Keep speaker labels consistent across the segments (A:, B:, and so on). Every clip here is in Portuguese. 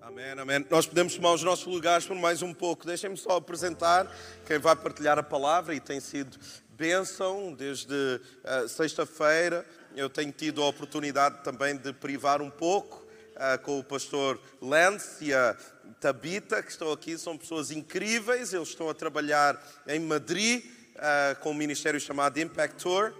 A: Amém, amém. Nós podemos tomar os nossos lugares por mais um pouco. Deixem-me só apresentar quem vai partilhar a palavra e tem sido bênção desde ah, sexta-feira. Eu tenho tido a oportunidade também de privar um pouco ah, com o pastor Lance e a Tabita, que estão aqui. São pessoas incríveis. Eles estão a trabalhar em Madrid ah, com um ministério chamado Impact Tour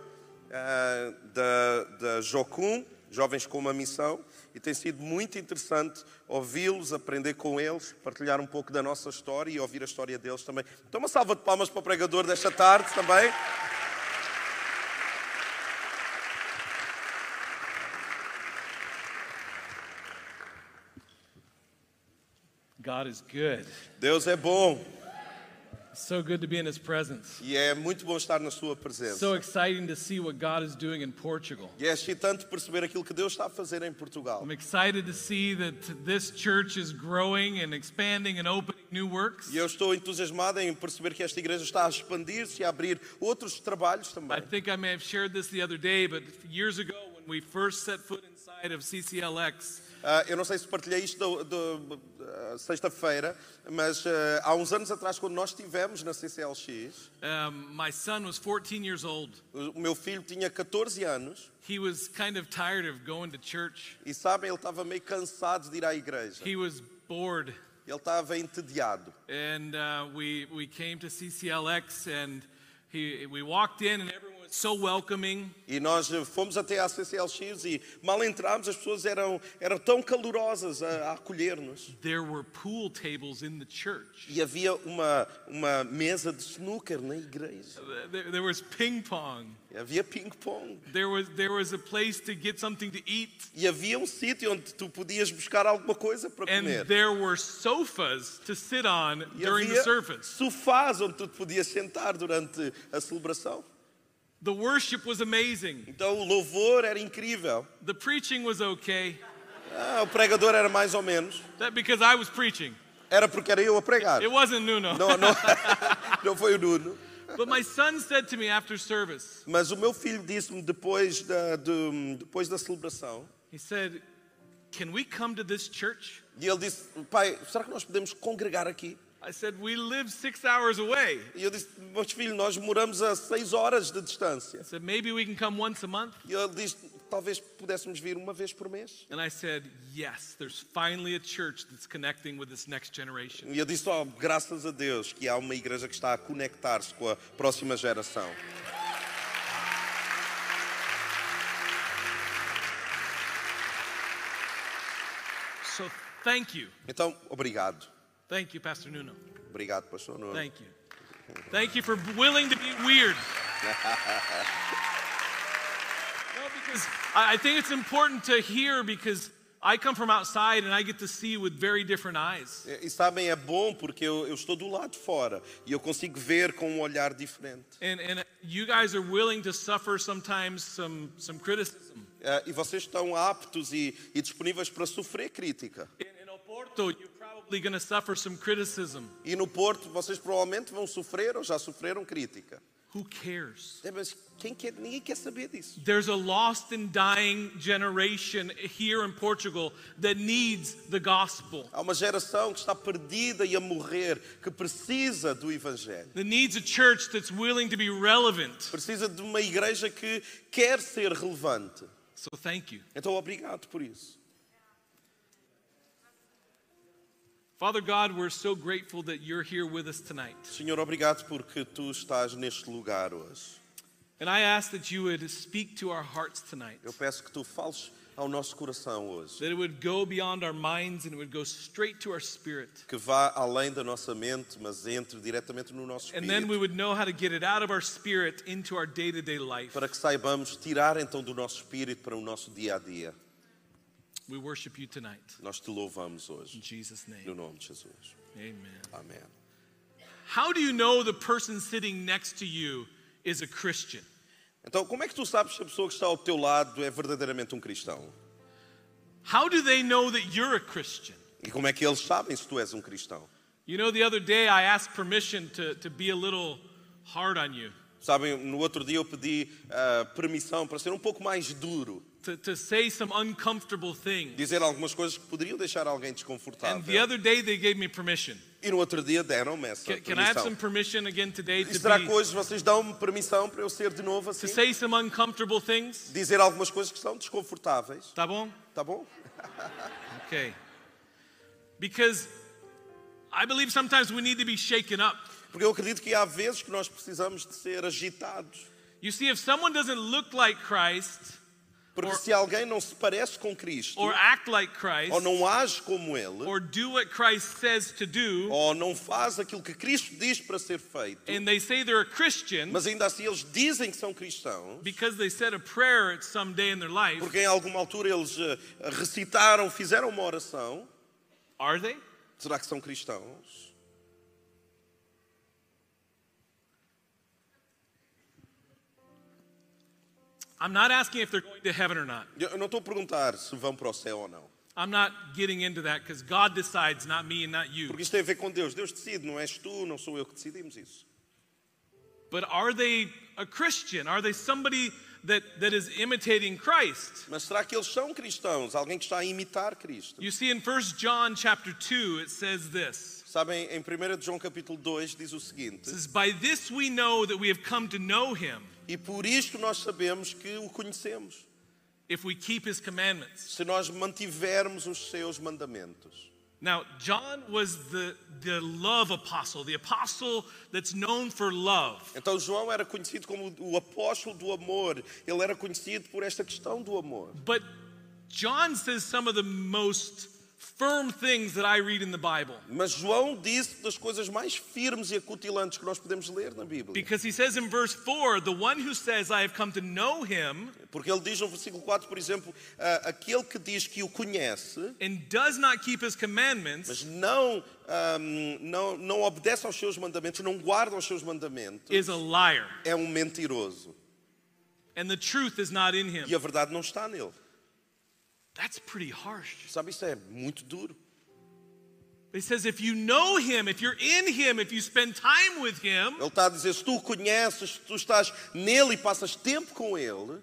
A: eh, da, da Jocum, Jovens com uma Missão, e tem sido muito interessante ouvi-los, aprender com eles, partilhar um pouco da nossa história e ouvir a história deles também. Então, uma salva de palmas para o pregador desta tarde também.
B: God is good.
A: Deus é bom
B: It's so good to be in His presence.
A: e é muito bom estar na sua
B: So
A: presença.
B: exciting to see what God is doing in Portugal.
A: E é excitante perceber aquilo que Deus está a fazer em Portugal.
B: I'm excited to see that this church is growing and expanding and opening new works.
A: E eu estou entusiasmado em perceber que esta igreja está a expandir-se e a abrir outros trabalhos
B: I
A: também.
B: think I may have shared this the other day, but years ago when we first set foot inside of CCLX,
A: Ah, eu não sei se partilhei isto do- do- ah, sexta-feira, mas ah, há uns anos atrás, quando nós estivemos na CCLX,
B: um, my son was 14 years old.
A: o o meu filho tinha 14 anos
B: He was kind of tired of going to church.
A: e, sabem, ele estava meio cansado de ir à igreja.
B: He was bored.
A: Ele estava entediado.
B: and uh, we we came to CCLX, and he we walked in, and everyone was so welcoming.
A: E nós ah, fomos até à CCLX e, mal entramos, as pessoas eram, eram tão calorosas a, a acolher-nos.
B: There were pool tables in the church.
A: E havia uma, uma mesa de snooker na igreja.
B: There, there was ping pong.
A: E havia ping-pong.
B: There was there was a place to get something to eat,
A: E havia um sítio onde tu podias buscar alguma coisa para
B: and
A: comer.
B: there were sofas to sit on
A: E
B: during the
A: havia
B: service.
A: sofás onde tu te podias sentar durante a celebração.
B: The worship was amazing.
A: Então o louvor era incrível.
B: The preaching was okay.
A: Ah, o pregador era mais ou menos.
B: That because I was preaching.
A: Era porque era eu a pregar.
B: It wasn't Nuno.
A: Não, não, não foi o Nuno.
B: But my son said to me after service,
A: Mas o meu filho disse-me depois da, do- depois da celebração,
B: he said, "Can we come to this church?"
A: e ele disse, pai, será que nós podemos congregar aqui?
B: I said, We live six hours away.
A: E eu disse, mas filho, nós moramos a seis horas de
B: I
A: distância.
B: said, Maybe we can come once a month.
A: E ele disse, talvez pudéssemos vir uma vez por mês.
B: And I said, Yes, there's finally a church that's connecting with this next generation.
A: E eu disse, oh, graças a Deus que há uma igreja que está a conectar-se com a próxima geração.
B: So thank you.
A: Então, obrigado.
B: Thank you, Pastor Nuno.
A: Obrigado, pastor Nuno.
B: Thank you. Thank you for willing to be weird. no, because I I think it's important to hear because I come from outside and I get to see with very different eyes.
A: E, e sabem, é bom porque eu, eu estou do lado de fora e eu consigo ver com um olhar diferente.
B: And, and you guys are willing to suffer sometimes some, some criticism.
A: Eh, E vocês estão aptos e, e disponíveis para sofrer crítica.
B: In, in Oporto, you're probably going to suffer some criticism.
A: E no Porto, vocês provavelmente vão sofrer ou já sofreram crítica.
B: Who cares?
A: É, mas quem quer, ninguém quer saber disso.
B: There's a lost and dying generation here in Portugal that needs the gospel,
A: Há uma geração que está perdida e a morrer, que precisa do Evangelho.
B: that needs a church that's willing to be relevant.
A: Precisa de uma igreja que quer ser relevante.
B: So thank you.
A: Então, obrigado por isso.
B: Father God, we're so grateful that you're here with us tonight.
A: Senhor, obrigado porque tu estás neste lugar hoje.
B: And I ask that you would speak to our hearts tonight,
A: Eu peço que tu fales ao nosso coração hoje,
B: that it would go beyond our minds and it would go straight to our spirit.
A: que vá além da nossa mente, mas entre diretamente no nosso
B: And then we
A: espírito,
B: would know how to get it out of our spirit into our day to day life.
A: para que saibamos tirar então do nosso espírito para o nosso dia a dia.
B: We worship you tonight.
A: Nós te louvamos
B: In
A: hoje,
B: Jesus' name.
A: no nome de Jesus.
B: Amen.
A: Amém.
B: How do you know the person sitting next to you is a Christian?
A: Então, como é que tu sabes se a pessoa que está ao teu lado é verdadeiramente um cristão?
B: How do they know that you're a Christian?
A: E como é que eles sabem se tu és um cristão?
B: You know, the other day I asked permission to, to be a little hard on you.
A: Sabem, no outro dia eu pedi ah, permissão para ser um pouco mais duro.
B: to, to say some uncomfortable things.
A: dizer algumas coisas que poderiam deixar alguém
B: And the
A: desconfortável.
B: other day they gave me permission.
A: E no outro dia deram-me essa
B: Can, can I have some
A: permissão.
B: permission again today
A: E
B: to,
A: será
B: be-
A: que hoje vocês dão-me permissão para eu ser de novo assim?
B: to say some uncomfortable things?
A: Dizer algumas coisas que são desconfortáveis,
B: Tá bom?
A: tá bom?
B: Okay. Because I believe sometimes we need to be shaken up.
A: Porque eu acredito que há vezes que nós precisamos de ser agitados.
B: You see, if someone doesn't look like Christ
A: Porque
B: Or-
A: se alguém não se parece com Cristo,
B: or act like Christ
A: ou não age como Ele,
B: or do what Christ says to do,
A: ou não faz aquilo que Cristo diz para ser feito,
B: and they say they're a Christian
A: mas ainda assim eles dizem que são cristãos,
B: because they said a prayer at some day in their life,
A: porque em alguma altura eles eh, recitaram, fizeram uma oração,
B: are they?
A: será que são cristãos?
B: I'm not asking if they're going to heaven or not.
A: Eu eu não estou a perguntar se vão para o céu ou não,
B: I'm not getting into that because God decides, not me and not you.
A: porque isto tem a ver com Deus. Deus decide, não és tu, não sou eu que decidimos isso.
B: But are they a Christian? Are they somebody that, that is imitating Christ?
A: Mas será que eles são cristãos? Alguém que está a imitar Cristo?
B: You see, in 1 John chapter 2, it says this.
A: Sabem, em 1 de João capítulo 2 diz o seguinte:
B: It says, By this we know that we have come to know him
A: E por isto nós sabemos que o conhecemos,
B: if we keep his commandments.
A: se nós mantivermos os seus mandamentos.
B: Now, John was the, the love apostle, the apostle that's known for love.
A: Então João era conhecido como o apóstolo do amor. Ele era conhecido por esta questão do amor.
B: But John says some of the most firm things that I read in the Bible
A: Mas João disse das coisas mais firmes e acutilantes que nós podemos ler na Bíblia.
B: because he says in verse 4 the one who says, I have come to know him
A: Porque ele diz no versículo 4, por exemplo, ah, aquele que diz que o conhece,
B: and does not keep his commandments
A: mas não, ah, não, não obedece aos seus mandamentos, não guarda os seus mandamentos,
B: is a liar,
A: é um mentiroso.
B: and the truth is not in him.
A: E a verdade não está nele.
B: That's pretty harsh.
A: Sabe, isso é muito duro.
B: He says, if you know him, if you're in him, if you spend time with him,
A: Ele está a dizer: se tu o conheces, se tu estás nele e passas tempo com ele,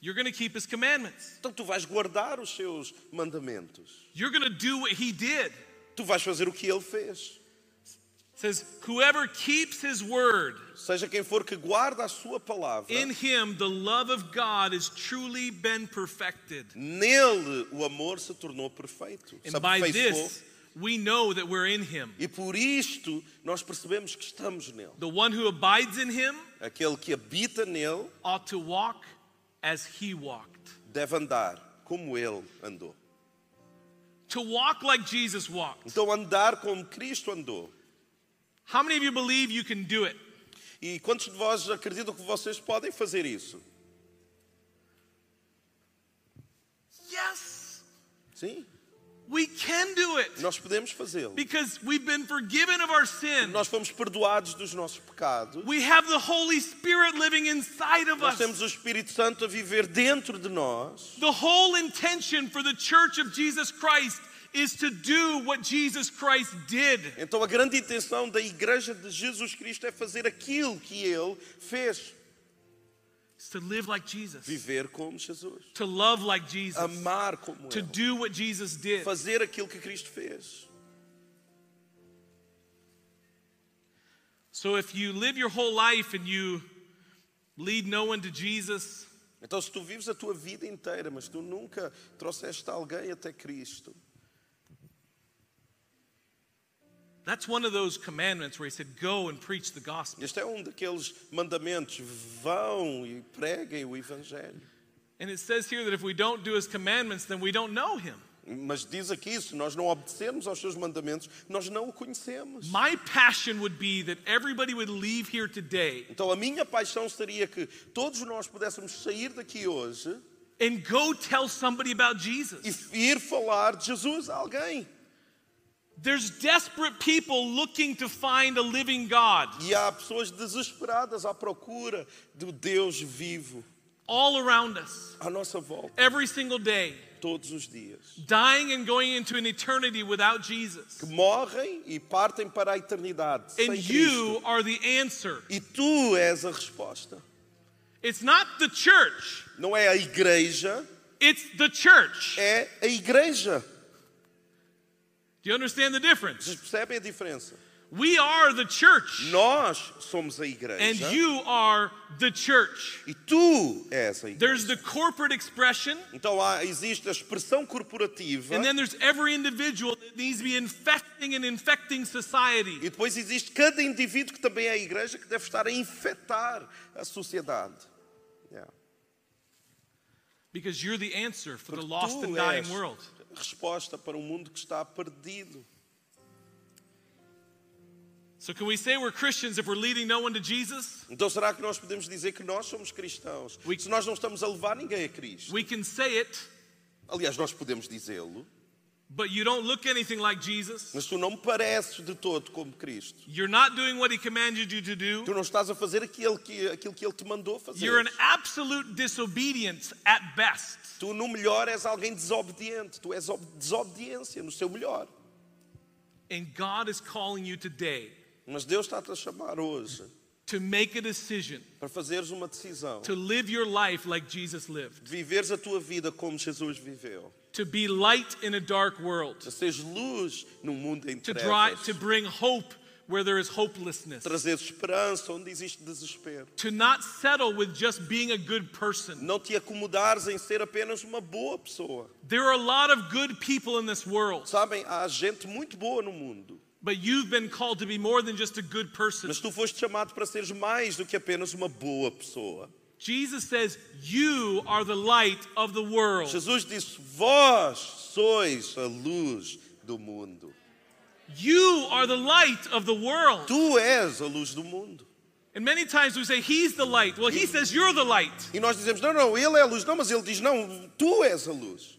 B: you're going to keep his commandments.
A: então tu vais guardar os seus mandamentos.
B: You're going to do what he did.
A: Tu vais fazer o que ele fez.
B: It says, whoever keeps his word,
A: Seja quem for que guarda a sua palavra,
B: in him the love of God is truly been perfected.
A: nele o amor se tornou perfeito. Se
B: And by
A: aperfeiçoou.
B: this, we know that we're in him.
A: E por isto nós percebemos que estamos nele.
B: The one who abides in him
A: Aquele que habita nele
B: ought to walk as he walked.
A: deve andar como ele andou.
B: To walk like Jesus walked.
A: Então andar como Cristo andou.
B: How many of you believe you can do it?
A: E quantos de vós acreditam que vocês podem fazer isso?
B: Yes,
A: Sim,
B: we can do it
A: nós podemos fazê-lo.
B: because we've been forgiven of our sin.
A: Nós fomos perdoados dos nossos pecados.
B: We have the Holy Spirit living inside of
A: Nós
B: us.
A: temos o Espírito Santo a viver dentro de nós.
B: The whole intention for the church of Jesus Christ is to do what Jesus Christ did.
A: Então a grande intenção da Igreja de Jesus Cristo é fazer aquilo que Ele fez.
B: It's to live like Jesus,
A: Viver como Jesus.
B: to love like Jesus,
A: Amar como
B: to
A: Ele.
B: do what Jesus did.
A: Fazer aquilo que Cristo fez.
B: So if you live your whole life and you lead no one to Jesus,
A: Então se tu vives a tua vida inteira, mas tu nunca trouxeste alguém até Cristo.
B: that's one of those commandments where he said, Go and preach the gospel.
A: Este é um daqueles mandamentos. Vão e preguem o Evangelho.
B: And it says here that if we don't do his commandments, then we don't know him.
A: Mas diz aqui, se nós não obedecemos aos seus mandamentos, nós não o conhecemos.
B: My passion would be that everybody would leave here today
A: Então a minha paixão seria que todos nós pudéssemos sair daqui hoje
B: and go tell somebody about Jesus.
A: e f- ir falar de Jesus a alguém.
B: There's desperate people looking to find a living God
A: E há pessoas desesperadas à procura do Deus vivo
B: all around us,
A: à nossa volta,
B: every single day,
A: todos os dias.
B: dying and going into an eternity without Jesus.
A: Que morrem e partem para a eternidade sem
B: And you
A: Cristo.
B: are the answer.
A: E tu és a resposta.
B: It's not the church,
A: Não é a igreja,
B: it's the church.
A: é a igreja.
B: Do you understand the difference?
A: Vocês percebem a diferença?
B: We are the church,
A: Nós somos a
B: and
A: igreja
B: you are the church.
A: e tu és a igreja.
B: There's the corporate expression,
A: Então há, existe a expressão corporativa
B: and then there's every individual that needs to be infecting and infecting society.
A: e depois existe cada indivíduo que também é a igreja que deve estar a infectar a sociedade. Yeah.
B: Because you're the answer for the
A: Porque
B: lost
A: tu
B: and dying
A: és
B: world.
A: a Resposta para um mundo que está perdido.
B: So, can we say we're Christians if we're leading no one to Jesus?
A: Então será que nós podemos dizer que nós somos cristãos?
B: We-
A: Se nós não estamos a levar ninguém a Cristo.
B: We can say it,
A: Aliás, nós podemos dizê-lo,
B: but you don't look anything like Jesus.
A: mas tu não me pareces de todo como Cristo.
B: You're not doing what he commanded you to do.
A: Tu não estás a fazer aquilo que, aquilo que ele te mandou fazer.
B: You're an absolute disobedience at best.
A: Tu no melhor és alguém desobediente, tu és ob- desobediência no seu melhor.
B: And God is calling you today
A: Mas Deus está-te a chamar hoje
B: to make a decision
A: para fazeres uma decisão.
B: to live your life like Jesus lived,
A: Viveres a tua vida como Jesus viveu.
B: to be light in a dark world,
A: A seres luz num mundo em
B: to,
A: trevas.
B: dry, to bring hope where there is hopelessness,
A: Trazer esperança onde existe desespero.
B: to not settle with just being a good person.
A: Não te acomodares em ser apenas uma boa pessoa.
B: There are a lot of good people in this world,
A: Sabem, há gente muito boa no mundo,
B: but you've been called to be more than just a good person.
A: mas tu foste chamado para seres mais do que apenas uma boa pessoa.
B: Jesus says, You are the light of the world.
A: Jesus disse: Vós sois a luz do mundo.
B: You are the light of the world.
A: Tu és a luz do mundo.
B: And many times we say, He's the light. Well, He says, You're the light.
A: E nós dizemos: Não, não, ele é a luz. Não, mas ele diz: Não, tu és a luz.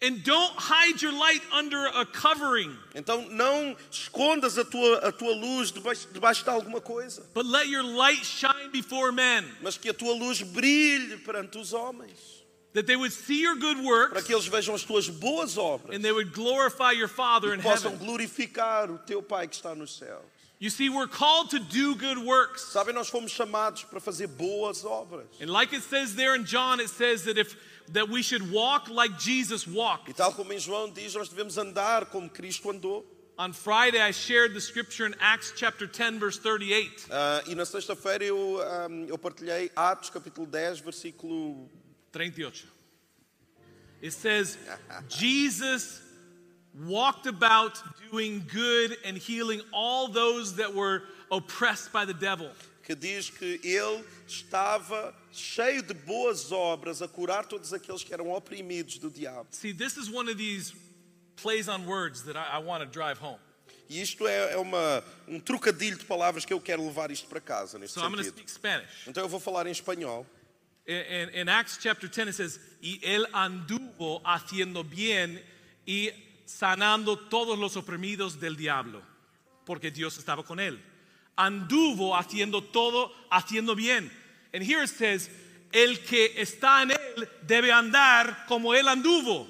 B: And don't hide your light under a covering,
A: Então não escondas a tua, a tua luz debaixo, debaixo de alguma coisa,
B: but let your light shine before men,
A: mas que a tua luz brilhe perante os homens,
B: that they would see your good
A: para
B: works
A: que eles vejam as tuas boas obras
B: and they would glorify your Father in
A: e possam
B: heaven.
A: glorificar o teu Pai que está nos céus.
B: You see, we're called to do good works.
A: Sabem, nós fomos chamados para fazer boas obras.
B: And like it says there in John, it says that if that we should walk like Jesus
A: E
B: walked.
A: tal como em João diz, nós devemos andar como Cristo andou.
B: On Friday, I shared the scripture in Acts chapter 10, verse 38.
A: Ah, e na sexta-feira eu, ahm, eu partilhei Atos capítulo 10, versículo
B: 38. It says, Jesus walked about doing good and healing all those that were oppressed by the devil.
A: que diz que ele estava cheio de boas obras a curar todos aqueles que eram oprimidos do diabo.
B: See, this is one of these plays on words that I, I want to drive home.
A: E isto é, é uma, um trocadilho de palavras que eu quero levar isto para casa neste
B: So I'm going to
A: sentido.
B: speak Spanish.
A: Então eu vou falar em espanhol.
B: In, in- in Acts chapter 10, it says, Y él anduvo haciendo bien y sanando todos los oprimidos del diablo, porque Dios estaba con él. Anduvo haciendo todo, haciendo bien. And here it says, El que está en él debe andar como él anduvo.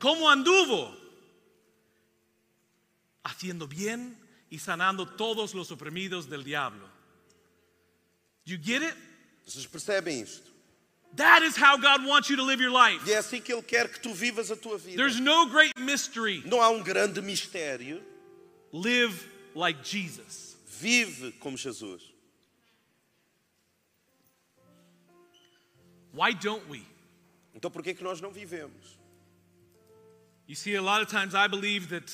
B: ¿Cómo anduvo? Haciendo bien y sanando todos los oprimidos del diablo. You get it?
A: Vocês percebem isto?
B: That is how God wants you to live your life.
A: E é assim que ele quer que tu vivas a tua vida.
B: There's no great mystery.
A: Não há um grande mistério.
B: Live like Jesus.
A: Vive como Jesus.
B: Why don't we?
A: Então por que é que nós não vivemos?
B: You see, a lot of times I believe that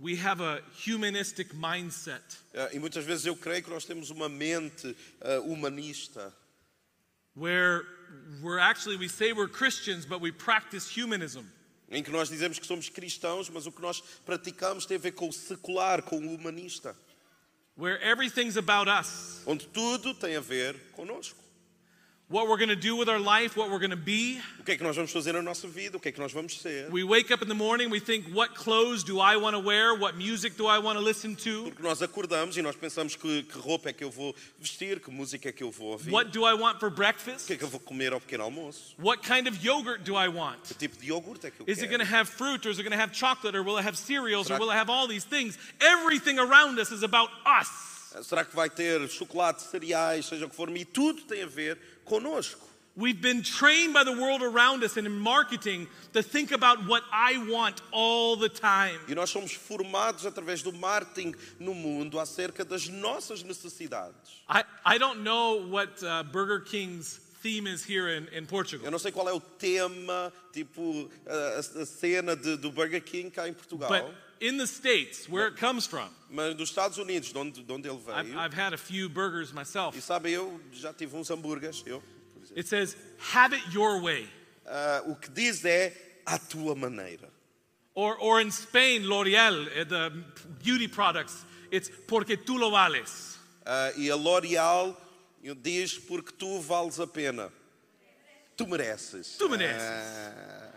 B: we have a humanistic mindset
A: Ah, E muitas vezes eu creio que nós temos uma mente ah, humanista.
B: where we're actually, we say we're Christians, but we practice humanism.
A: Em que nós dizemos que somos cristãos, mas o que nós praticamos tem a ver com o secular, com o humanista,
B: Where everything's about us,
A: onde tudo tem a ver conosco.
B: what we're going to do with our life, what we're going to be.
A: O que é que nós vamos fazer na nossa vida? O que é que nós vamos ser?
B: We wake up in the morning, we think, what clothes do I want to wear? What music do I want to listen to?
A: Porque nós acordamos e nós pensamos que, que roupa é que eu vou vestir, que música é que eu vou ouvir,
B: What do I want for
A: o
B: breakfast?
A: que é que eu vou comer ao pequeno almoço,
B: What kind of yogurt do I want?
A: que tipo de iogurte é que eu
B: Is it going
A: quero.
B: to have fruit or is it going to have chocolate or will it have cereals or
A: Será-
B: will it have all these things? Everything around us is about us.
A: Será que vai ter chocolate, cereais, seja o que for? E tudo tem a ver conosco.
B: We've been trained by the world around us and in marketing to think about what I want all the time.
A: E nós somos formados através do marketing no mundo acerca das nossas necessidades.
B: I, I don't know what uh, Burger King's theme is here in, in Portugal.
A: Eu não sei qual é o tema, tipo a, a cena de- do Burger King cá em Portugal,
B: But in the States, where it comes from,
A: mas dos Estados Unidos, de onde, de onde ele
B: I've,
A: veio.
B: I've had a few burgers
A: E
B: myself.
A: sabe, eu já tive uns hambúrgueres, eu. por exemplo.
B: It says, have it your way.
A: Ah, o que diz é à tua maneira.
B: Or, or in Spain, L'Oreal, eh, the beauty products, it's porque tú lo vales.
A: Ah, e a L'Oreal diz porque tu vales a pena. Tu mereces.
B: Tu mereces.
A: Ah.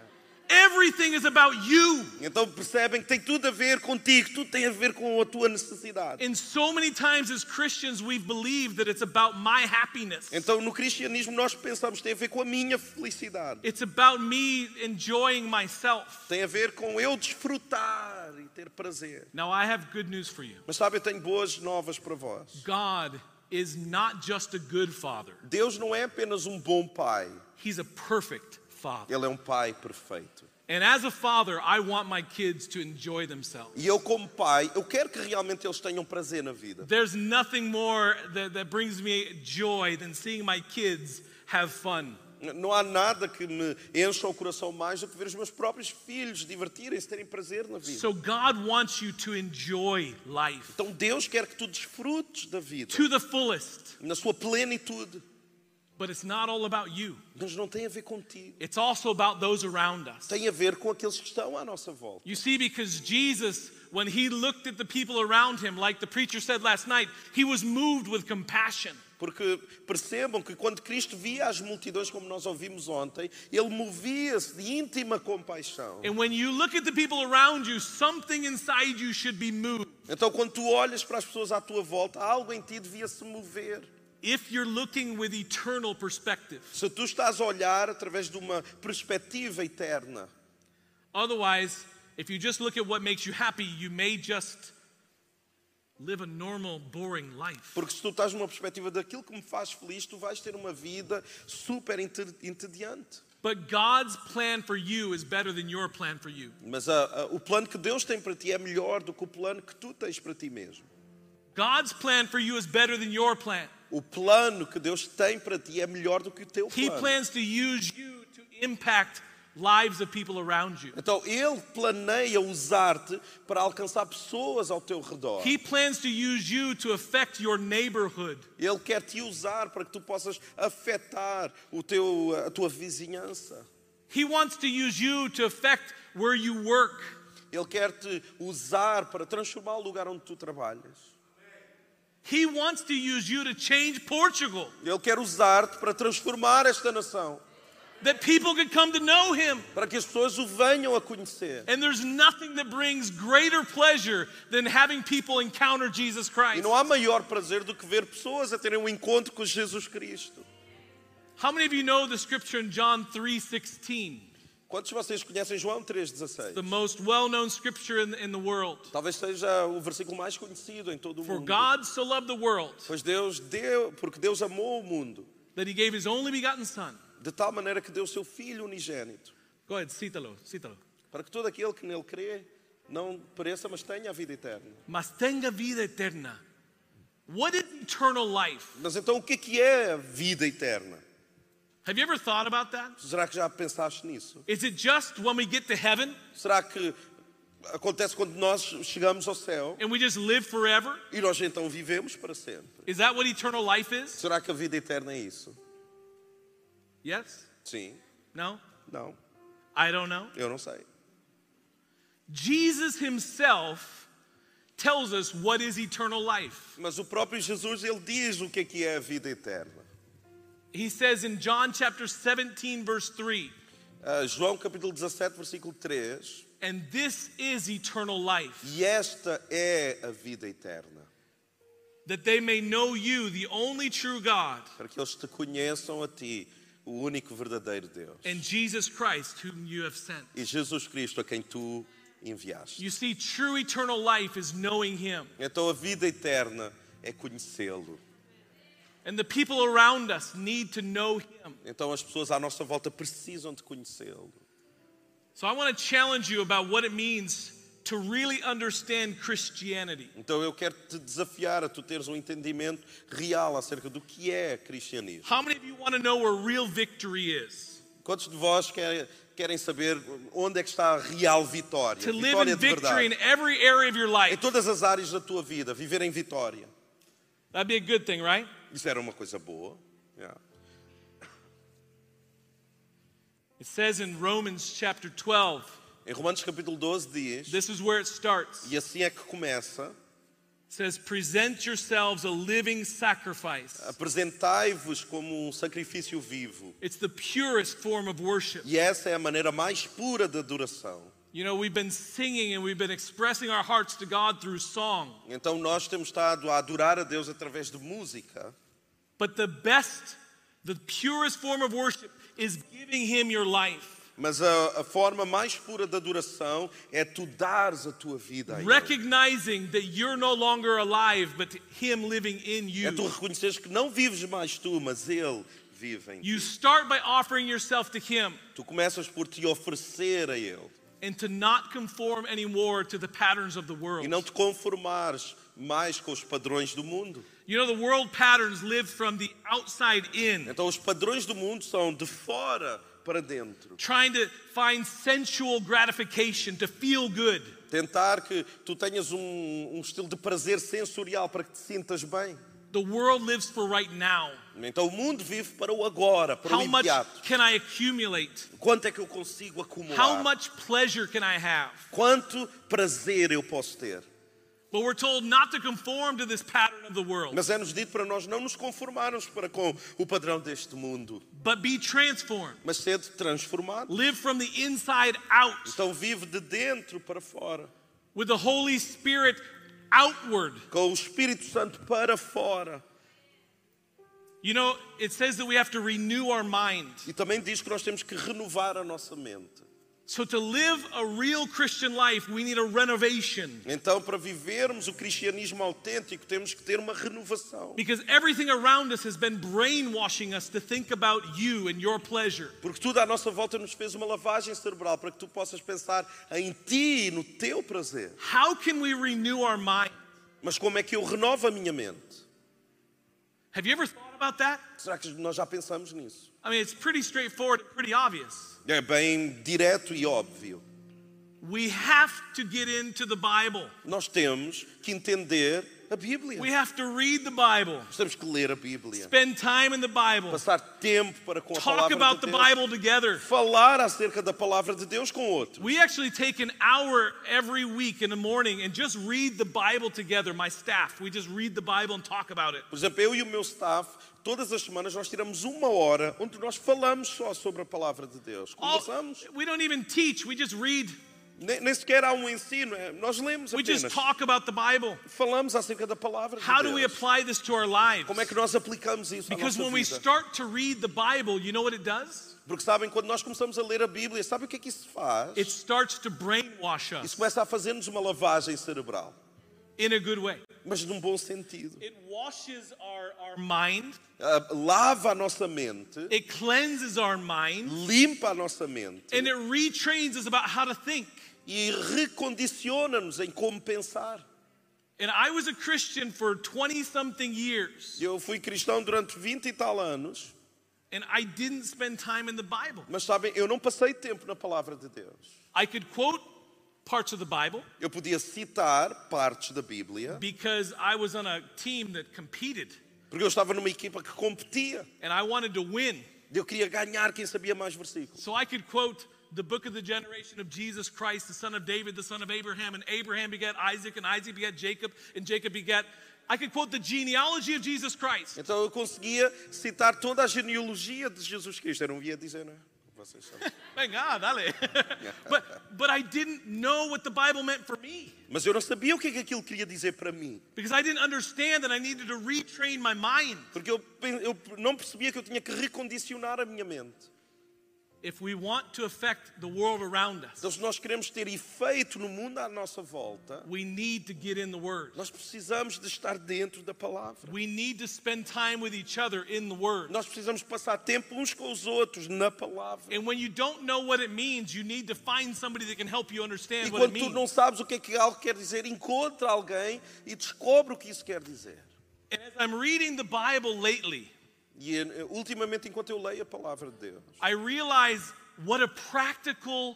B: Everything is about you.
A: Então percebem que tem tudo a ver contigo, tudo tem a ver com a tua necessidade.
B: And so many times as Christians, we've believed that it's about my happiness.
A: Então no cristianismo nós pensamos que tem a ver com a minha felicidade.
B: It's about me enjoying myself.
A: Tem a ver com eu desfrutar e ter prazer.
B: Now, I have good news for you.
A: Mas sabe, eu tenho boas novas para vós.
B: God is not just a good father,
A: Deus não é apenas um bom pai,
B: He's a perfect father.
A: ele é um pai perfeito.
B: And as a father, I want my kids to enjoy themselves.
A: E eu, como pai, eu quero que realmente eles tenham prazer na vida.
B: There's nothing more that, that brings me joy than seeing my kids have fun.
A: N- Não há nada que me encha o coração mais do que ver os meus próprios filhos divertirem-se, terem prazer na vida.
B: So, God wants you to enjoy life
A: Então Deus quer que tu desfrutes da vida,
B: to the fullest,
A: na sua plenitude.
B: but it's not all about you.
A: Mas não tem a ver contigo.
B: It's also about those around us.
A: Tem a ver com aqueles que estão à nossa volta.
B: You see, because Jesus, when he looked at the people around him, like the preacher said last night, he was moved with compassion.
A: Porque percebam que quando Cristo via as multidões, como nós ouvimos ontem, ele movia-se de íntima compaixão.
B: And when you look at the people around you, something inside you should be moved.
A: Então, quando tu olhas para as pessoas à tua volta, algo em ti devia se mover.
B: If you're looking with eternal perspective,
A: Se tu estás a olhar através de uma perspectiva eterna,
B: otherwise, if you just look at what makes you happy, you may just live a normal, boring life.
A: porque se tu estás numa perspectiva daquilo que me faz feliz, tu vais ter uma vida super ente- entediante.
B: But God's plan for you is better than your plan for you.
A: Mas a- a- o plano que Deus tem para ti é melhor do que o plano que tu tens para ti mesmo.
B: God's plan for you is better than your plan.
A: O plano que Deus tem para ti é melhor do que o teu
B: He
A: plano.
B: plans to use you to impact lives of people around you.
A: Então Ele planeia usar-te para alcançar pessoas ao teu redor.
B: He plans to use you to affect your neighborhood.
A: Ele quer te usar para que tu possas afetar o teu, ah, a tua vizinhança.
B: He wants to use you to affect where you work.
A: Ele quer te usar para transformar o lugar onde tu trabalhas.
B: He wants to use you to change Portugal,
A: Ele quer usar-te para transformar esta nação,
B: that people could come to know him.
A: para que as pessoas o venham a conhecer.
B: And there's nothing that brings greater pleasure than having people encounter Jesus
A: E
B: Christ.
A: não há maior prazer do que ver pessoas a terem um encontro com Jesus Cristo.
B: How many of you know the scripture in John 3:16?
A: Quantos de vocês conhecem João 3,16?
B: The most well-known scripture in, in the world.
A: Talvez seja o versículo mais conhecido em todo o
B: For
A: mundo.
B: God so loved the world
A: Pois Deus deu, porque Deus amou o mundo
B: that he gave his only begotten son.
A: de tal maneira que deu o seu Filho unigênito,
B: Go ahead, cítalo, cítalo.
A: para que todo aquele que nele crê não pereça, mas tenha a vida eterna.
B: Mas tenga vida eterna. What is eternal life?
A: Mas então o que é que é a vida eterna?
B: Have you ever thought about that?
A: Será que já pensaste nisso?
B: Is it just when we get to heaven
A: Será que acontece quando nós chegamos ao céu
B: and we just live forever?
A: e nós então vivemos para sempre?
B: Is that what eternal life is?
A: Será que a vida eterna é isso?
B: Yes?
A: Sim?
B: No?
A: Não?
B: I don't know.
A: Eu não sei.
B: Jesus himself tells us what is eternal life.
A: Mas o próprio Jesus ele diz o que é que é a vida eterna.
B: He says in John chapter 17 verse 3,
A: Ah, João capítulo 17, versículo 3.
B: and this is eternal life,
A: E esta é a vida eterna,
B: that they may know you, the only true God,
A: para que eles te conheçam a ti, o único verdadeiro Deus.
B: and Jesus Christ whom you have sent.
A: E Jesus Cristo a quem tu enviaste.
B: You see, true eternal life is knowing Him.
A: Então a vida eterna é conhecê-lo.
B: And the people around us need to know him.
A: Então as pessoas à nossa volta precisam de conhecê-lo.
B: So I want to challenge you about what it means to really understand Christianity.
A: Então eu quero te desafiar a tu teres um entendimento real acerca do que é cristianismo.
B: How many of you want to know where real victory is?
A: Quantos de vós querem, querem saber onde é que está a real vitória?
B: To live
A: vitória de
B: in victory in
A: verdade.
B: every area of your
A: Em
B: life.
A: todas as áreas da tua vida, viver em vitória.
B: That'd be a good thing, right?
A: Isso era uma coisa boa. Yeah.
B: It says in Romans chapter 12,
A: Em Romanos capítulo 12 diz,
B: this is where it starts.
A: e assim é que começa,
B: It says, present yourselves a living sacrifice.
A: apresentai-vos como um sacrifício vivo.
B: It's the purest form of worship.
A: E essa é a maneira mais pura de adoração.
B: You know, we've been singing and we've been expressing our hearts to God through song.
A: Então nós temos estado a adorar a Deus através de música.
B: But the best, the purest form of worship is giving Him your life,
A: Mas a, a forma mais pura de adoração é tu dares a tua vida a Ele.
B: recognizing that you're no longer alive, but Him living in
A: É tu
B: you.
A: reconheceres que não vives mais tu, mas Ele vive em ti.
B: You start by offering yourself to Him
A: Tu começas por te oferecer a Ele
B: and to not conform anymore to the patterns of the world.
A: e não te conformares mais com os padrões do mundo.
B: You know, the world patterns live from the outside in,
A: Então os padrões do mundo são de fora para dentro.
B: trying to find sensual gratification to feel good.
A: Tentar que tu tenhas um, um estilo de prazer sensorial para que te sintas bem.
B: The world lives for right now.
A: Então o mundo vive para o agora, para o
B: How much
A: imediato.
B: can I accumulate?
A: Quanto é que eu consigo acumular?
B: How much pleasure can I have?
A: Quanto prazer eu posso ter?
B: But we're told not to conform to this pattern of the world,
A: Mas é-nos dito para nós não nos conformarmos para com o padrão deste mundo,
B: but be transformed.
A: mas ser transformado.
B: Live from the inside out
A: Então vive de dentro para fora,
B: with the Holy Spirit outward.
A: com o Espírito Santo para fora.
B: You know, it says that we have to renew our mind.
A: E também diz que nós temos que renovar a nossa mente.
B: So, to live a real Christian life, we need a renovation
A: Então, para vivermos o cristianismo autêntico, temos que ter uma renovação.
B: because everything around us has been brainwashing us to think about you and your pleasure.
A: Porque tudo à nossa volta nos fez uma lavagem cerebral para que tu possas pensar em ti e no teu prazer.
B: How can we renew our mind?
A: Mas como é que eu renovo a minha mente?
B: Have you ever thought about that?
A: Será que nós já pensamos nisso?
B: I mean, it's pretty straightforward and pretty obvious.
A: É bem direto e óbvio.
B: We have to get into the Bible.
A: Nós temos que entender a Bíblia.
B: We have to read the Bible,
A: Nós temos que ler a Bíblia.
B: spend time in the Bible,
A: Passar tempo para com a
B: talk
A: palavra de
B: about the
A: Deus.
B: Bible together.
A: Falar acerca da palavra de Deus com outro.
B: We actually take an hour every week in the morning and just read the Bible together, my staff. We just read the Bible and talk about it.
A: Por exemplo, eu e o meu staff, todas as semanas nós tiramos uma hora onde nós falamos só sobre a palavra de Deus.
B: All-
A: Conversamos.
B: we don't even teach, we just read.
A: Nem, nem sequer há um ensino. é- Nós lemos
B: We just
A: apenas.
B: talk about the Bible.
A: Falamos acerca da palavra de
B: How do we
A: Deus.
B: apply this to our lives?
A: Como é que nós aplicamos isso à
B: Because
A: nossa
B: when we
A: vida?
B: start to read the Bible, you know what it does?
A: Porque sabem, quando nós começamos a ler a Bíblia, sabe o que é que isso faz?
B: It starts to brainwash
A: Isso
B: us
A: começa a fazer-nos uma lavagem cerebral,
B: in a good way.
A: mas num bom sentido.
B: It washes our, our mind.
A: Ah, Lava a nossa mente,
B: It cleanses our mind
A: limpa a nossa mente
B: and it retrains us about how to think.
A: e recondiciona-nos em como pensar.
B: And I was a Christian for 20 something years
A: Eu fui cristão durante 20 e tal anos,
B: and I didn't spend time in the Bible.
A: mas sabem, eu não passei tempo na palavra de Deus.
B: I could quote parts of the Bible
A: Eu podia citar partes da Bíblia,
B: because I was on a team that competed
A: porque eu estava numa equipa que competia.
B: and I wanted to win.
A: Eu queria ganhar quem sabia mais versículos.
B: So I could quote the book of the generation of Jesus Christ, the son of David, the son of Abraham, and Abraham begat Isaac, and Isaac begat Jacob, and Jacob begat. I could quote the genealogy of Jesus Christ.
A: Então eu conseguia citar toda a genealogia de Jesus Cristo. Eu não ia dizer, não é? Vocês sabem.
B: Venga, dale. but, but I didn't know what the Bible meant for me
A: Mas eu não sabia o que é que aquilo queria dizer para mim.
B: because I didn't understand that I needed to retrain my mind.
A: Porque eu, pen- eu não percebia que eu tinha que recondicionar a minha mente.
B: if we want to affect the world around us,
A: Então, se nós queremos ter efeito no mundo à nossa volta,
B: we need to get in the Word.
A: nós precisamos de estar dentro da palavra.
B: We need to spend time with each other in the Word.
A: Nós precisamos passar tempo uns com os outros na palavra.
B: And when you don't know what it means, you need to find somebody that can help you
A: E
B: understand what it
A: quando tu
B: means.
A: não sabes o que é que algo quer dizer, encontra alguém e descobre o que isso quer dizer.
B: And as I'm reading the Bible lately,
A: E eh, ultimamente, enquanto eu leio a palavra de Deus,
B: I realize what a practical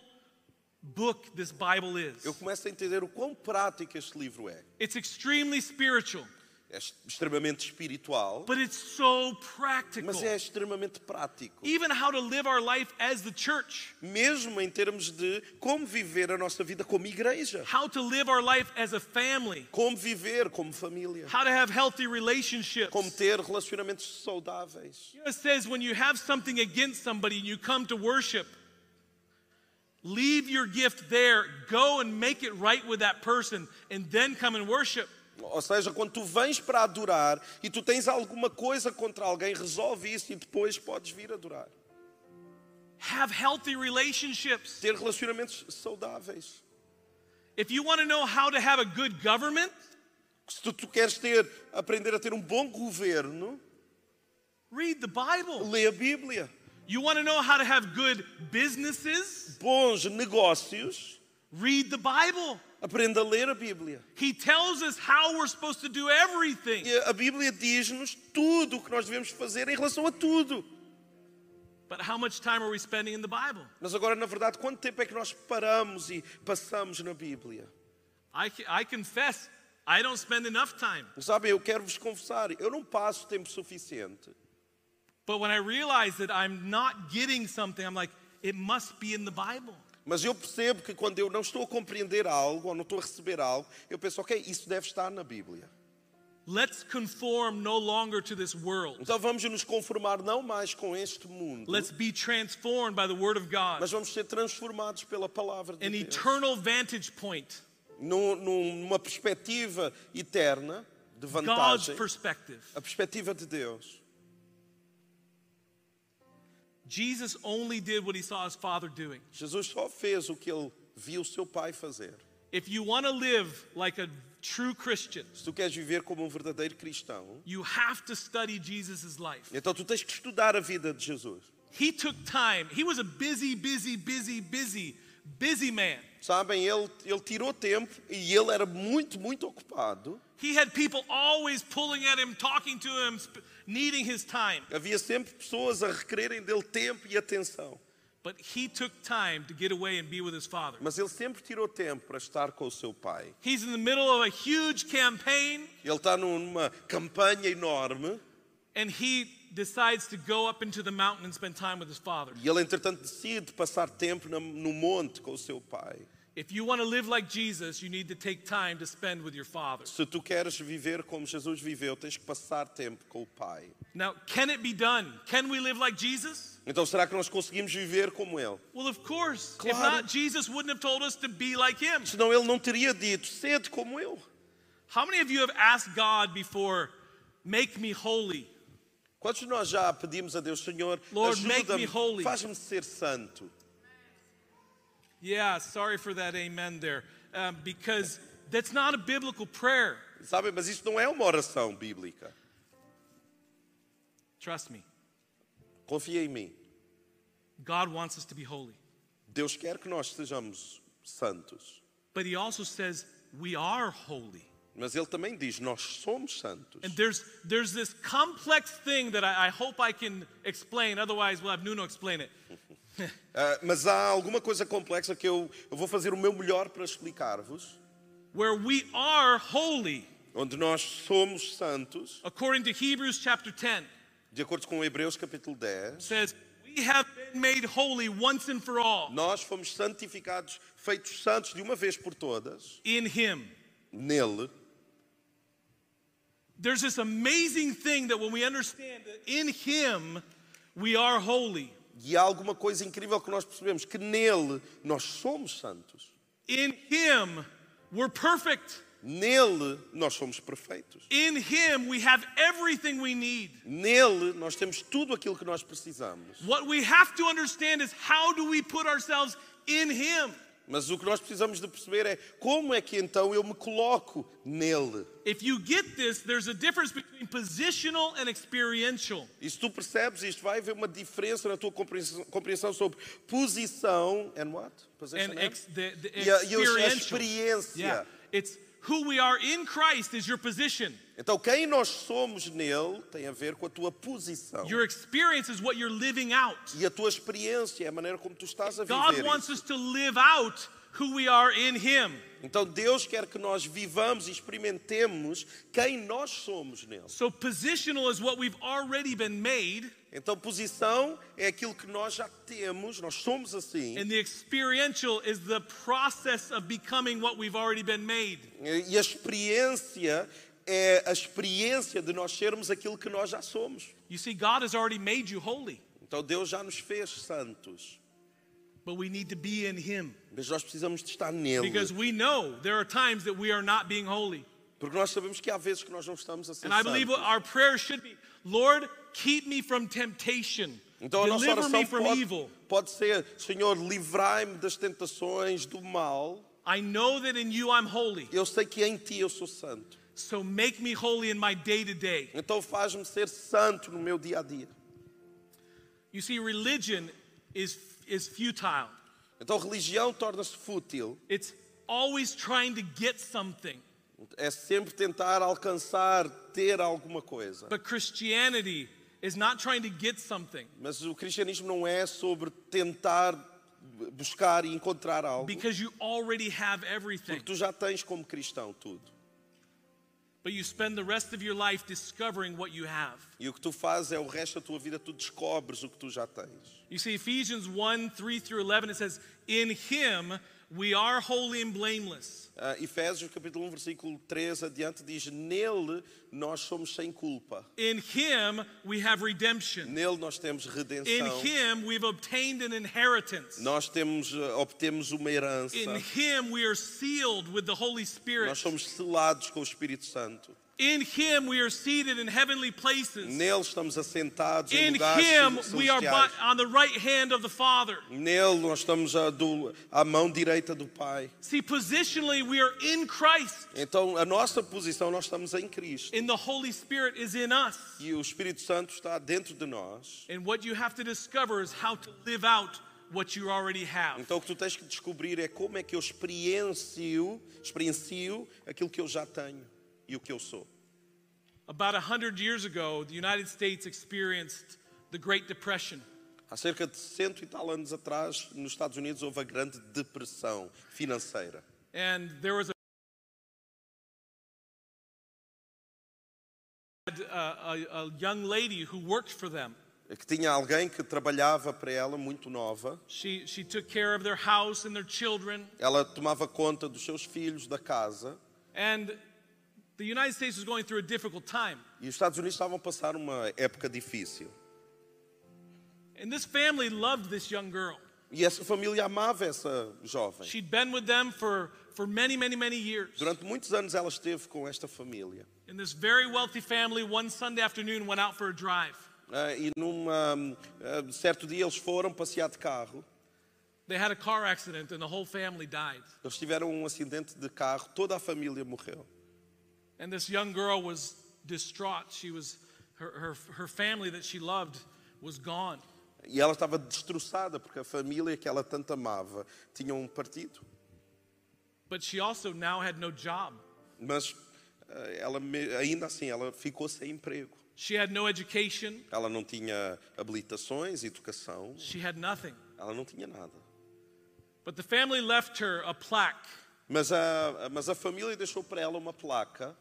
B: book this Bible is.
A: eu começo a entender o quão prático este livro é.
B: It's extremely spiritual,
A: É est- extremamente espiritual,
B: but it's so practical.
A: mas é extremamente prático.
B: Even how to live our life as the church,
A: Mesmo em termos de como viver a nossa vida como igreja,
B: how to live our life as a family,
A: como viver como família,
B: how to have healthy relationships.
A: como ter relacionamentos saudáveis.
B: You know, It says when you have something against somebody and you come to worship, leave your gift there, go and make it right with that person, and then come and worship.
A: Ou seja, quando tu vens para adorar e tu tens alguma coisa contra alguém, resolve isso e depois podes vir adorar.
B: Have healthy relationships.
A: Ter relacionamentos saudáveis.
B: If you want to know how to have a good government,
A: Se tu, tu queres ter, aprender a ter um bom governo,
B: read the Bible.
A: lê a Bíblia.
B: You want to know how to have good businesses,
A: Bons negócios,
B: read the Bible.
A: aprenda a ler a Bíblia.
B: He tells us how we're supposed to do everything.
A: E a Bíblia diz-nos tudo o que nós devemos fazer em relação a tudo.
B: But how much time are we spending in the Bible?
A: Mas agora, na verdade, quanto tempo é que nós paramos e passamos na Bíblia?
B: I, I confess, I don't spend enough time.
A: Sabem, eu quero vos confessar, eu não passo tempo suficiente.
B: But when I realize that I'm not getting something, I'm like, it must be in the Bible.
A: Mas eu percebo que quando eu não estou a compreender algo ou não estou a receber algo, eu penso, ok, isso deve estar na Bíblia.
B: Let's conform no longer to this world.
A: Então vamos nos conformar não mais com este mundo,
B: Let's be transformed by the Word of God,
A: mas vamos ser transformados pela palavra de
B: an
A: Deus.
B: eternal vantage point,
A: Num- num- Numa perspectiva eterna de
B: God's
A: vantagem,
B: perspective.
A: a perspectiva de Deus.
B: Jesus only did what he saw his Father doing.
A: Jesus só fez o que ele viu o seu pai fazer.
B: If you want to live like a true Christian,
A: Se tu queres viver como um verdadeiro cristão,
B: you have to study Jesus' life.
A: então tu tens que estudar a vida de Jesus.
B: He took time. He was a busy, busy, busy, busy, busy man.
A: Sabem, ele, ele tirou tempo e ele era muito, muito ocupado.
B: He had people always pulling at him, talking to him, sp- needing his time.
A: Havia sempre pessoas a requererem dele tempo e atenção.
B: But he took time to get away and be with his father.
A: Mas ele sempre tirou tempo para estar com o seu pai.
B: He's in the middle of a huge campaign
A: Ele está numa campanha enorme
B: and he decides to go up into the mountain and spend time with his father.
A: e ele, entretanto, decide passar tempo na- no monte com o seu pai.
B: If you want to live like Jesus, you need to take time to spend with your father.
A: Se tu queres viver como Jesus viveu, tens que passar tempo com o pai.
B: Now, can it be done? Can we live like Jesus?
A: Então, será que nós conseguimos viver como ele?
B: Well, of course. If
A: Claro.
B: not, Jesus wouldn't have told us to be like him.
A: Senão ele não teria dito, sede como eu.
B: How many of you have asked God before, make me holy?
A: Quantos de nós já pedimos a Deus, Senhor,
B: Lord, make
A: ajuda-me,
B: me holy."
A: faz-me ser santo?
B: Yeah, sorry for that amen there. Um, because that's not a biblical prayer.
A: Sabem, mas isso não é uma oração bíblica.
B: Trust me.
A: Confia em mim.
B: God wants us to be holy.
A: Deus quer que nós sejamos santos.
B: But He also says we are holy.
A: Mas Ele também diz, nós somos santos.
B: And there's, there's this complex thing that I, I hope I can explain. Otherwise, we'll have Nuno explain it.
A: Ah, mas há alguma coisa complexa que eu, eu vou fazer o meu melhor para explicar-vos.
B: Where we are holy,
A: Onde nós somos santos,
B: according to Hebrews chapter 10,
A: de acordo com Hebreus capítulo 10,
B: says, We have been made holy once and for all
A: nós fomos santificados, feitos santos de uma vez por todas,
B: in Him.
A: nele.
B: There's this amazing thing that when we understand that in Him we are holy,
A: E há alguma coisa incrível que nós percebemos, que nele nós somos santos.
B: in Him we're perfect.
A: Nele nós somos perfeitos.
B: In Him, we have everything we need.
A: Nele nós temos tudo aquilo que nós precisamos.
B: What we have to understand is how do we put ourselves in Him?
A: Mas o que nós precisamos de perceber é como é que então eu me coloco nele.
B: If you get this, there's a difference between positional and experiential.
A: E se tu percebes isto, vai haver uma diferença na tua compreensão, compreensão sobre posição and what? Position and-
B: And ex- the, the
A: e a, e os- a
B: experiential.
A: experiência.
B: Yeah. It's who we are in Christ is your position.
A: Então, quem nós somos nele tem a ver com a tua posição.
B: Your experience is what you're living out.
A: E a tua experiência é a maneira como tu estás a
B: God
A: viver.
B: wants
A: isso.
B: us to live out who we are in Him.
A: Então, Deus quer que nós vivamos e experimentemos quem nós somos nele.
B: So, positional is what we've already been made,
A: Então, posição é aquilo que nós já temos, nós somos assim.
B: and the experiential is the process of becoming what we've already been made.
A: E a experiência é a experiência de nós sermos aquilo que nós já somos.
B: You see, God has already made you holy,
A: Então Deus já nos fez santos,
B: but we need to be in Him
A: mas nós precisamos de estar nele,
B: because we know there are times that we are not being holy.
A: porque nós sabemos que há vezes que nós não estamos a ser
B: And I believe
A: santos.
B: what our prayer should be Lord, keep me from temptation,
A: Então a nossa
B: deliver me
A: oração
B: from
A: pode,
B: evil.
A: pode ser, Senhor, livrai-me das tentações, do mal.
B: I know that in you I'm holy,
A: Eu sei que em Ti eu sou santo.
B: so make me holy in my day to day.
A: Então faz-me ser santo no meu dia a dia.
B: You see, religion is, is futile,
A: Então religião torna-se fútil.
B: it's always trying to get something.
A: É sempre tentar alcançar, ter alguma coisa.
B: But Christianity is not trying to get something
A: Mas o cristianismo não é sobre tentar buscar e encontrar algo.
B: because you already have everything.
A: Porque tu já tens como cristão tudo.
B: But you spend the rest of your life discovering what you have.
A: E o que tu fazes é o resto da tua vida, tu descobres o que tu já tens.
B: You see, Ephesians 1 3 through 11, it says, In him we are holy and blameless.
A: Ah, Efésios capítulo 1, versículo 3 adiante diz: Nele nós somos sem culpa.
B: In him we have redemption.
A: Nele nós temos
B: In
A: redenção.
B: him we've obtained an inheritance.
A: Nós temos, ah, obtemos uma herança.
B: In him we are sealed with the Holy
A: Nós
B: Spirit.
A: somos selados com o Espírito Santo.
B: In him we are seated in heavenly places.
A: Nele estamos assentados em
B: In
A: lugares
B: him
A: celestiais.
B: we are by, on the right hand of the Father.
A: Nele nós estamos à do- à mão direita do Pai.
B: See, positionally we are in Christ,
A: Então, a nossa posição, nós estamos em Cristo.
B: and the Holy Spirit is in us.
A: E o Espírito Santo está dentro de nós.
B: And what you have to discover is how to live out what you already have.
A: Então, o que tu tens que descobrir é como é que eu experiencio, experiencio aquilo que eu já tenho e o que eu sou.
B: About 100 years ago, the United States experienced the Great Depression.
A: Há cerca de cento e tal anos atrás, nos Estados Unidos, houve a grande depressão financeira.
B: And there was a had uh, a, a, a young lady who worked for them.
A: É Que tinha alguém que trabalhava para ela, muito nova.
B: She, she took care of their house and their children.
A: Ela tomava conta dos seus filhos, da casa.
B: And the United States was going through a difficult time.
A: E os Estados Unidos estavam a passar uma época difícil.
B: And this family loved this young girl.
A: E essa família amava essa jovem.
B: She'd been with them for, for many, many, many years.
A: Durante muitos anos ela esteve com esta família.
B: And this very wealthy family one Sunday afternoon went out for a drive.
A: Ah, e num certo dia eles foram passear de carro.
B: They had a car accident and the whole family died.
A: Eles tiveram um acidente de carro, toda a família morreu.
B: And this young girl was distraught. She was her, her, her family that she loved was gone.
A: E ela estava destroçada porque a família que ela tanto amava tinha um partido.
B: But she also now had no job.
A: Mas ah, ela me- ainda assim ela ficou sem emprego.
B: She had no education.
A: Ela não tinha habilitações, educação,
B: She had nothing.
A: ela não tinha nada.
B: But the family left her a plaque.
A: Mas a, mas a família deixou para ela uma placa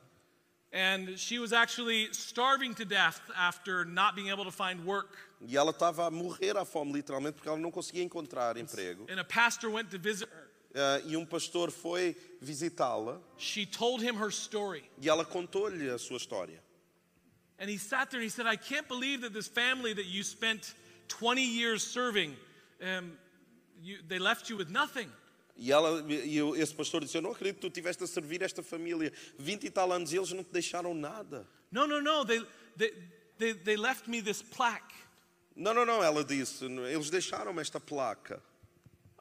B: And she was actually starving to death after not being able to find work.
A: e ela estava a morrer à fome, literalmente, porque ela não conseguia encontrar emprego.
B: And a pastor went to visit her.
A: Ah, e um pastor foi visitá-la
B: She told him her story.
A: e ela contou-lhe a sua história.
B: And he sat there and he said, I can't believe that this family that you spent 20 years serving, um, you, they left you with nothing.
A: E, ela, e eu- esse pastor disse: Eu não acredito que tu estiveste a servir esta família 20 e tal anos e eles não te deixaram nada.
B: No, no, no. They, they, they, they left me this plaque.
A: Não, não, não, ela disse: Eles deixaram-me esta placa.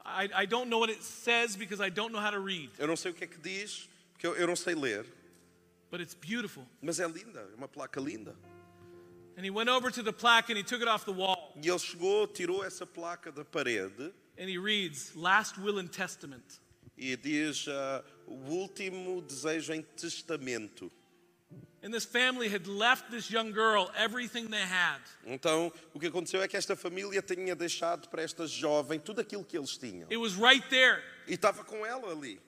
B: I, I don't know what it says because I don't know how to read,
A: Eu não sei o que é que diz, porque eu, eu não sei ler,
B: but it's beautiful.
A: mas é linda, é uma placa linda.
B: And he went over to the plaque and he took it off the wall
A: E ele chegou, tirou essa placa da parede
B: and he reads, Last Will and Testament.
A: e diz: ah, O último desejo em testamento.
B: And this family had left this young girl everything they had.
A: Então, o que aconteceu é que esta família tinha deixado para esta jovem tudo aquilo que eles tinham.
B: It was right there.
A: E estava com ela ali.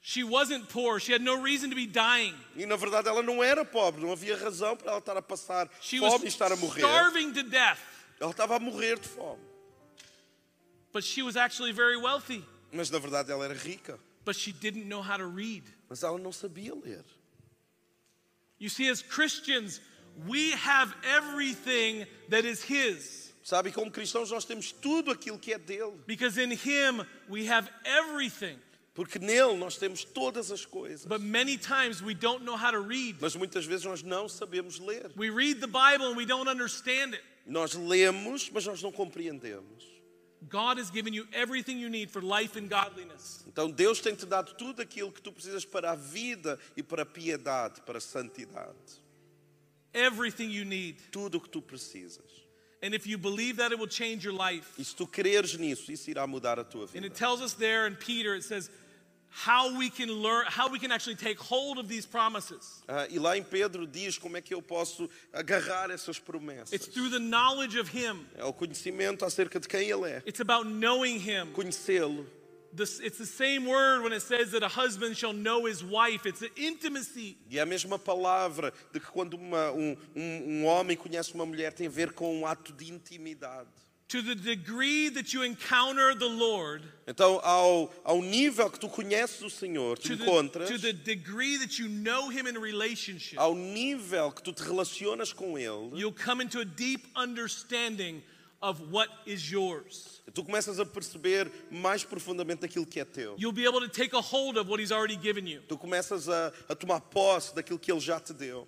B: She wasn't poor. She had no reason to be dying.
A: E na verdade ela não era pobre, não havia razão para ela estar a passar
B: She
A: fome e
B: was
A: estar a morrer.
B: starving to death,
A: Ela estava a morrer de fome.
B: but she was actually very wealthy.
A: Mas na verdade ela era rica,
B: But she didn't know how to read.
A: mas ela não sabia ler.
B: You see, as Christians, we have everything that is His
A: Sabe, como cristãos nós temos tudo aquilo que é dele,
B: because in Him we have everything.
A: porque nele nós temos todas as coisas.
B: But many times we don't know how to read.
A: Mas muitas vezes nós não sabemos ler.
B: We read the Bible and we don't understand it.
A: Nós lemos, mas nós não compreendemos.
B: God has given you everything you need for life and godliness.
A: Então Deus tem-te dado tudo aquilo que tu precisas para a vida e para a piedade, para a santidade.
B: Everything you need.
A: Tudo o que tu precisas.
B: And if you believe that, it will change your life.
A: E se tu creres nisso, isso irá mudar a tua
B: And
A: vida.
B: it tells us there in Peter, it says how we can learn, how we can actually take hold of these promises.
A: Ah, e lá em Pedro diz como é que eu posso agarrar essas
B: It's
A: promessas.
B: through the knowledge of Him.
A: É o conhecimento acerca de quem Ele é.
B: It's about knowing Him.
A: Conhecê-lo.
B: This, it's the same word when it says that a husband shall know his wife. It's an intimacy.
A: E é a mesma palavra de que quando uma- um, um- um homem conhece uma mulher tem a ver com um ato de intimidade.
B: To the degree that you encounter the Lord,
A: Então, ao, ao nível que tu conheces o Senhor, te
B: to the,
A: encontras,
B: to the degree that you know Him in relationship,
A: ao nível que tu te relacionas com Ele,
B: you'll come into a deep understanding of what is yours.
A: tu começas a perceber mais profundamente aquilo que é teu.
B: You'll be able to take a hold of what He's already given you.
A: Tu começas a, a tomar posse daquilo que Ele já te deu.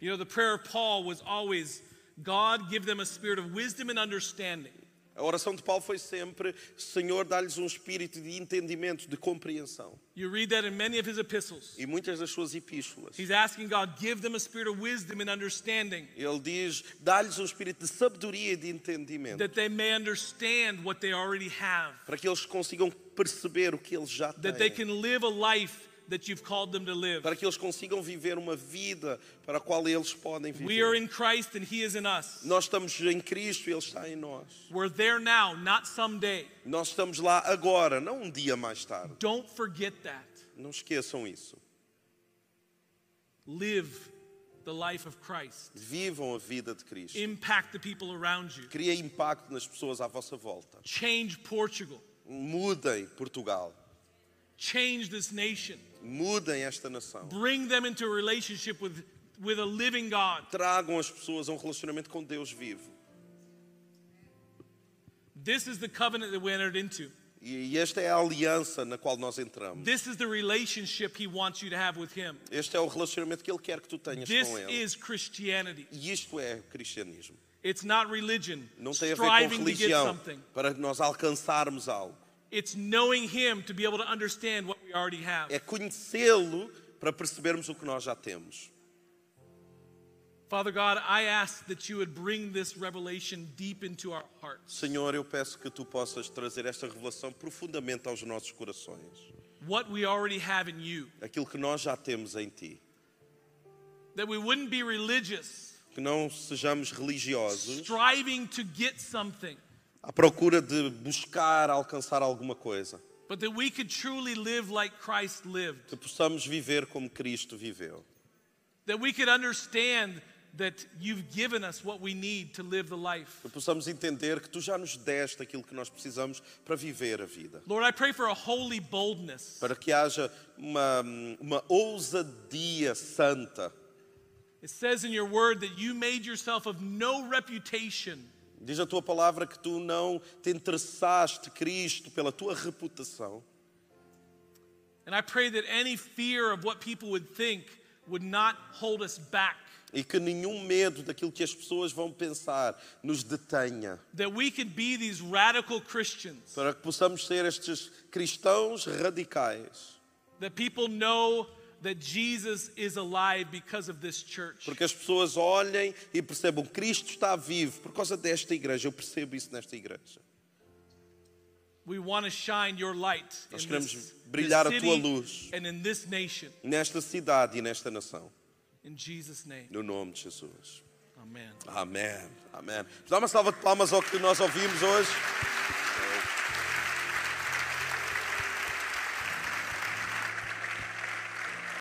B: You know, the prayer of Paul was always God, give them a spirit of wisdom and understanding.
A: A oração de Paulo foi sempre: Senhor, dá-lhes um espírito de entendimento, de compreensão.
B: You read that in many of his epistles.
A: E muitas das suas epístolas.
B: He's asking God, give them a spirit of wisdom and understanding
A: Ele diz: dá-lhes um espírito de sabedoria e de entendimento,
B: that they may understand what they already have,
A: para que eles consigam perceber o que eles já
B: that they
A: têm,
B: can live a life that you've called them to live.
A: para que eles consigam viver uma vida para a qual eles podem
B: We are
A: viver.
B: in Christ and He is in us.
A: Nós estamos em Cristo e Ele está em nós.
B: We're there now, not someday.
A: Nós estamos lá agora, não um dia mais tarde.
B: Don't forget that.
A: Não esqueçam isso.
B: Live the life of Christ,
A: Vivam a vida de Cristo.
B: impact the people around you,
A: Criem impacto nas pessoas à vossa volta.
B: change Portugal,
A: Mudem Portugal.
B: change this nation.
A: Mudem esta nação.
B: Bring them into a relationship with, with a living God.
A: Tragam as pessoas a um relacionamento com Deus vivo.
B: This is the covenant that we entered into.
A: E e esta é a aliança na qual nós entramos.
B: This is the relationship He wants you to have with Him.
A: Este é o relacionamento que Ele quer que tu tenhas
B: This
A: com Ele.
B: is Christianity.
A: E isto é cristianismo.
B: It's not religion,
A: Não tem a ver com
B: striving to get
A: religião
B: something.
A: para nós alcançarmos algo.
B: It's knowing Him to be able to understand what we already have.
A: É conhecê-lo para percebermos o que nós já temos.
B: Father God, I ask that you would bring this revelation deep into our hearts.
A: Senhor, eu peço que tu possas trazer esta revelação profundamente aos nossos corações.
B: What we already have in you.
A: Aquilo que nós já temos em ti.
B: That we wouldn't be religious,
A: Que não sejamos religiosos
B: striving to get something,
A: à procura de buscar alcançar alguma coisa.
B: but that we could truly live like Christ lived.
A: Que possamos viver como Cristo viveu.
B: that we could understand that you've given us what we need to live the life.
A: que possamos entender que tu já nos deste aquilo que nós precisamos para viver a vida.
B: Lord, I pray for a holy boldness
A: Para que haja uma, uma ousadia santa.
B: It says in your word that you made yourself of no reputation,
A: Diz a tua palavra que tu não te interessaste, Cristo, pela tua reputação.
B: And I pray that any fear of what people would think would not hold us back,
A: E que nenhum medo daquilo que as pessoas vão pensar nos detenha,
B: that we could be these radical Christians,
A: para que possamos ser estes cristãos radicais,
B: that people know that Jesus is alive because of this church.
A: porque as pessoas olhem e percebam Cristo está vivo por causa desta igreja. Eu percebo isso nesta igreja.
B: We want to shine your light in
A: Nós
B: this,
A: queremos
B: this
A: brilhar a tua
B: city
A: luz.
B: and in this nation.
A: Nesta cidade e nesta nação,
B: In Jesus' name,
A: no nome de Jesus.
B: amen.
A: Amém, amém. Dá uma salva de palmas ao que nós ouvimos hoje.